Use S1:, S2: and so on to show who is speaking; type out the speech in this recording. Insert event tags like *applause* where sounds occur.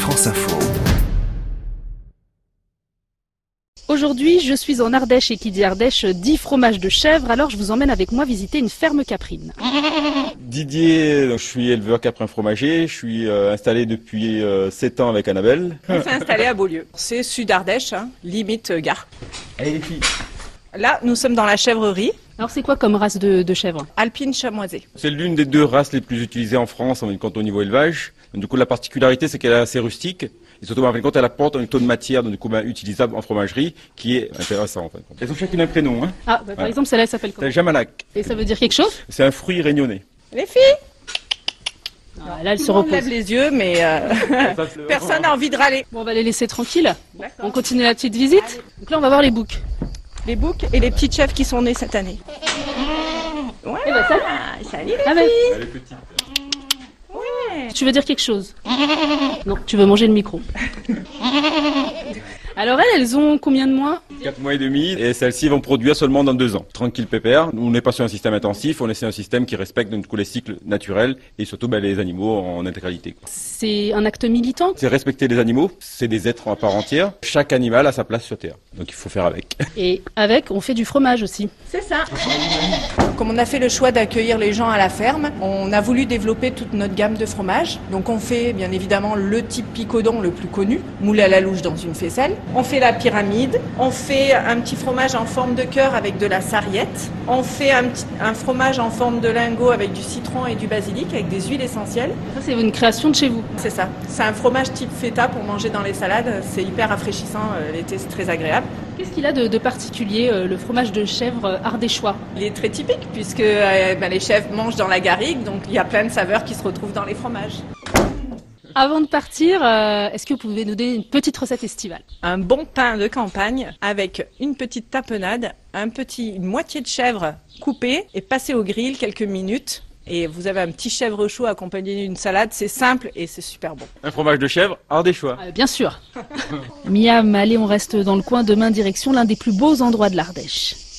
S1: Mars Info.
S2: Aujourd'hui, je suis en Ardèche et qui dit Ardèche dit fromage de chèvre, alors je vous emmène avec moi visiter une ferme caprine.
S3: Didier, donc je suis éleveur caprin fromager, je suis euh, installé depuis 7 ans avec Annabelle.
S4: On *laughs* s'est installé à Beaulieu. C'est sud Ardèche, hein, limite euh, gare.
S3: Allez les filles
S4: Là, nous sommes dans la chèvrerie,
S2: Alors c'est quoi comme race de, de chèvre
S4: alpine chamoisée.
S3: C'est l'une des deux races les plus utilisées en France en fin de compte au niveau élevage. Donc, du coup, la particularité, c'est qu'elle est assez rustique. Et surtout, en fin de compte, elle apporte un taux de matière, donc, du coup, ben, utilisable en fromagerie, qui est intéressant, en fin de compte. Elles ont chacune un prénom, hein.
S2: Ah, bah, par
S3: Ouais.
S2: exemple, celle-là elle s'appelle
S3: C'est
S2: comment
S3: un jamalac.
S2: Et ça veut dire quelque chose
S3: C'est un fruit réunionnais.
S4: Les filles,
S2: Ah, Là, elle se
S4: tout le monde lève
S2: repose.
S4: les yeux, mais euh, *laughs* *laughs* personne n'a envie de râler.
S2: Bon, on va les laisser tranquilles. On continue la petite visite. Donc là, on va voir les boucs.
S4: Les boucs et les petites chèvres qui sont nées cette année. Ouais,
S2: Eh ben, salut.
S4: salut.
S2: Ah, mais
S3: Elle est petite.
S2: tu veux dire quelque chose Non, tu veux manger le *laughs* micro. Alors elles, elles ont combien de mois
S3: 4 mois et demi, et celles-ci vont produire seulement dans 2 ans. Tranquille pépère, Nous, on n'est pas sur un système intensif, on est sur un système qui respecte donc, du coup, les cycles naturels et surtout ben, les animaux en intégralité. quoi.
S2: C'est un acte militant
S3: C'est respecter les animaux, c'est des êtres à part entière. Chaque animal a sa place sur Terre, donc il faut faire avec.
S2: et avec, on fait du fromage aussi.
S4: C'est ça. Comme on a fait le choix d'accueillir les gens à la ferme, on a voulu développer toute notre gamme de fromages. Donc on fait bien évidemment le type picodon le plus connu, moule à la louche dans une faisselle. On fait la pyramide, on fait un petit fromage en forme de cœur avec de la sarriette, on fait un, petit- un fromage en forme de lingot avec du citron et du basilic avec des huiles essentielles.
S2: Ça, c'est une création de chez vous.
S4: C'est ça. C'est un fromage type feta pour manger dans les salades. C'est hyper rafraîchissant. euh, L'été, c'est très agréable.
S2: Qu'est-ce qu'il a de, de particulier, euh, le fromage de chèvre euh, ardéchois
S4: Il est très typique puisque euh, ben, les chefs mangent dans la garrigue, donc il y a plein de saveurs qui se retrouvent dans les fromages.
S2: Avant de partir, euh, est-ce que vous pouvez nous donner une petite recette estivale
S4: Un bon pain de campagne avec une petite tapenade, un petit, une moitié de chèvre coupée et passée au grill quelques minutes. Et vous avez un petit chèvre chaud accompagné d'une salade. C'est simple et c'est super bon.
S3: Un fromage de chèvre, hors des choix.
S2: Euh, Bien *laughs* sûr. Miam, allez, on reste dans le coin. Demain, direction l'un des plus beaux endroits de l'Ardèche.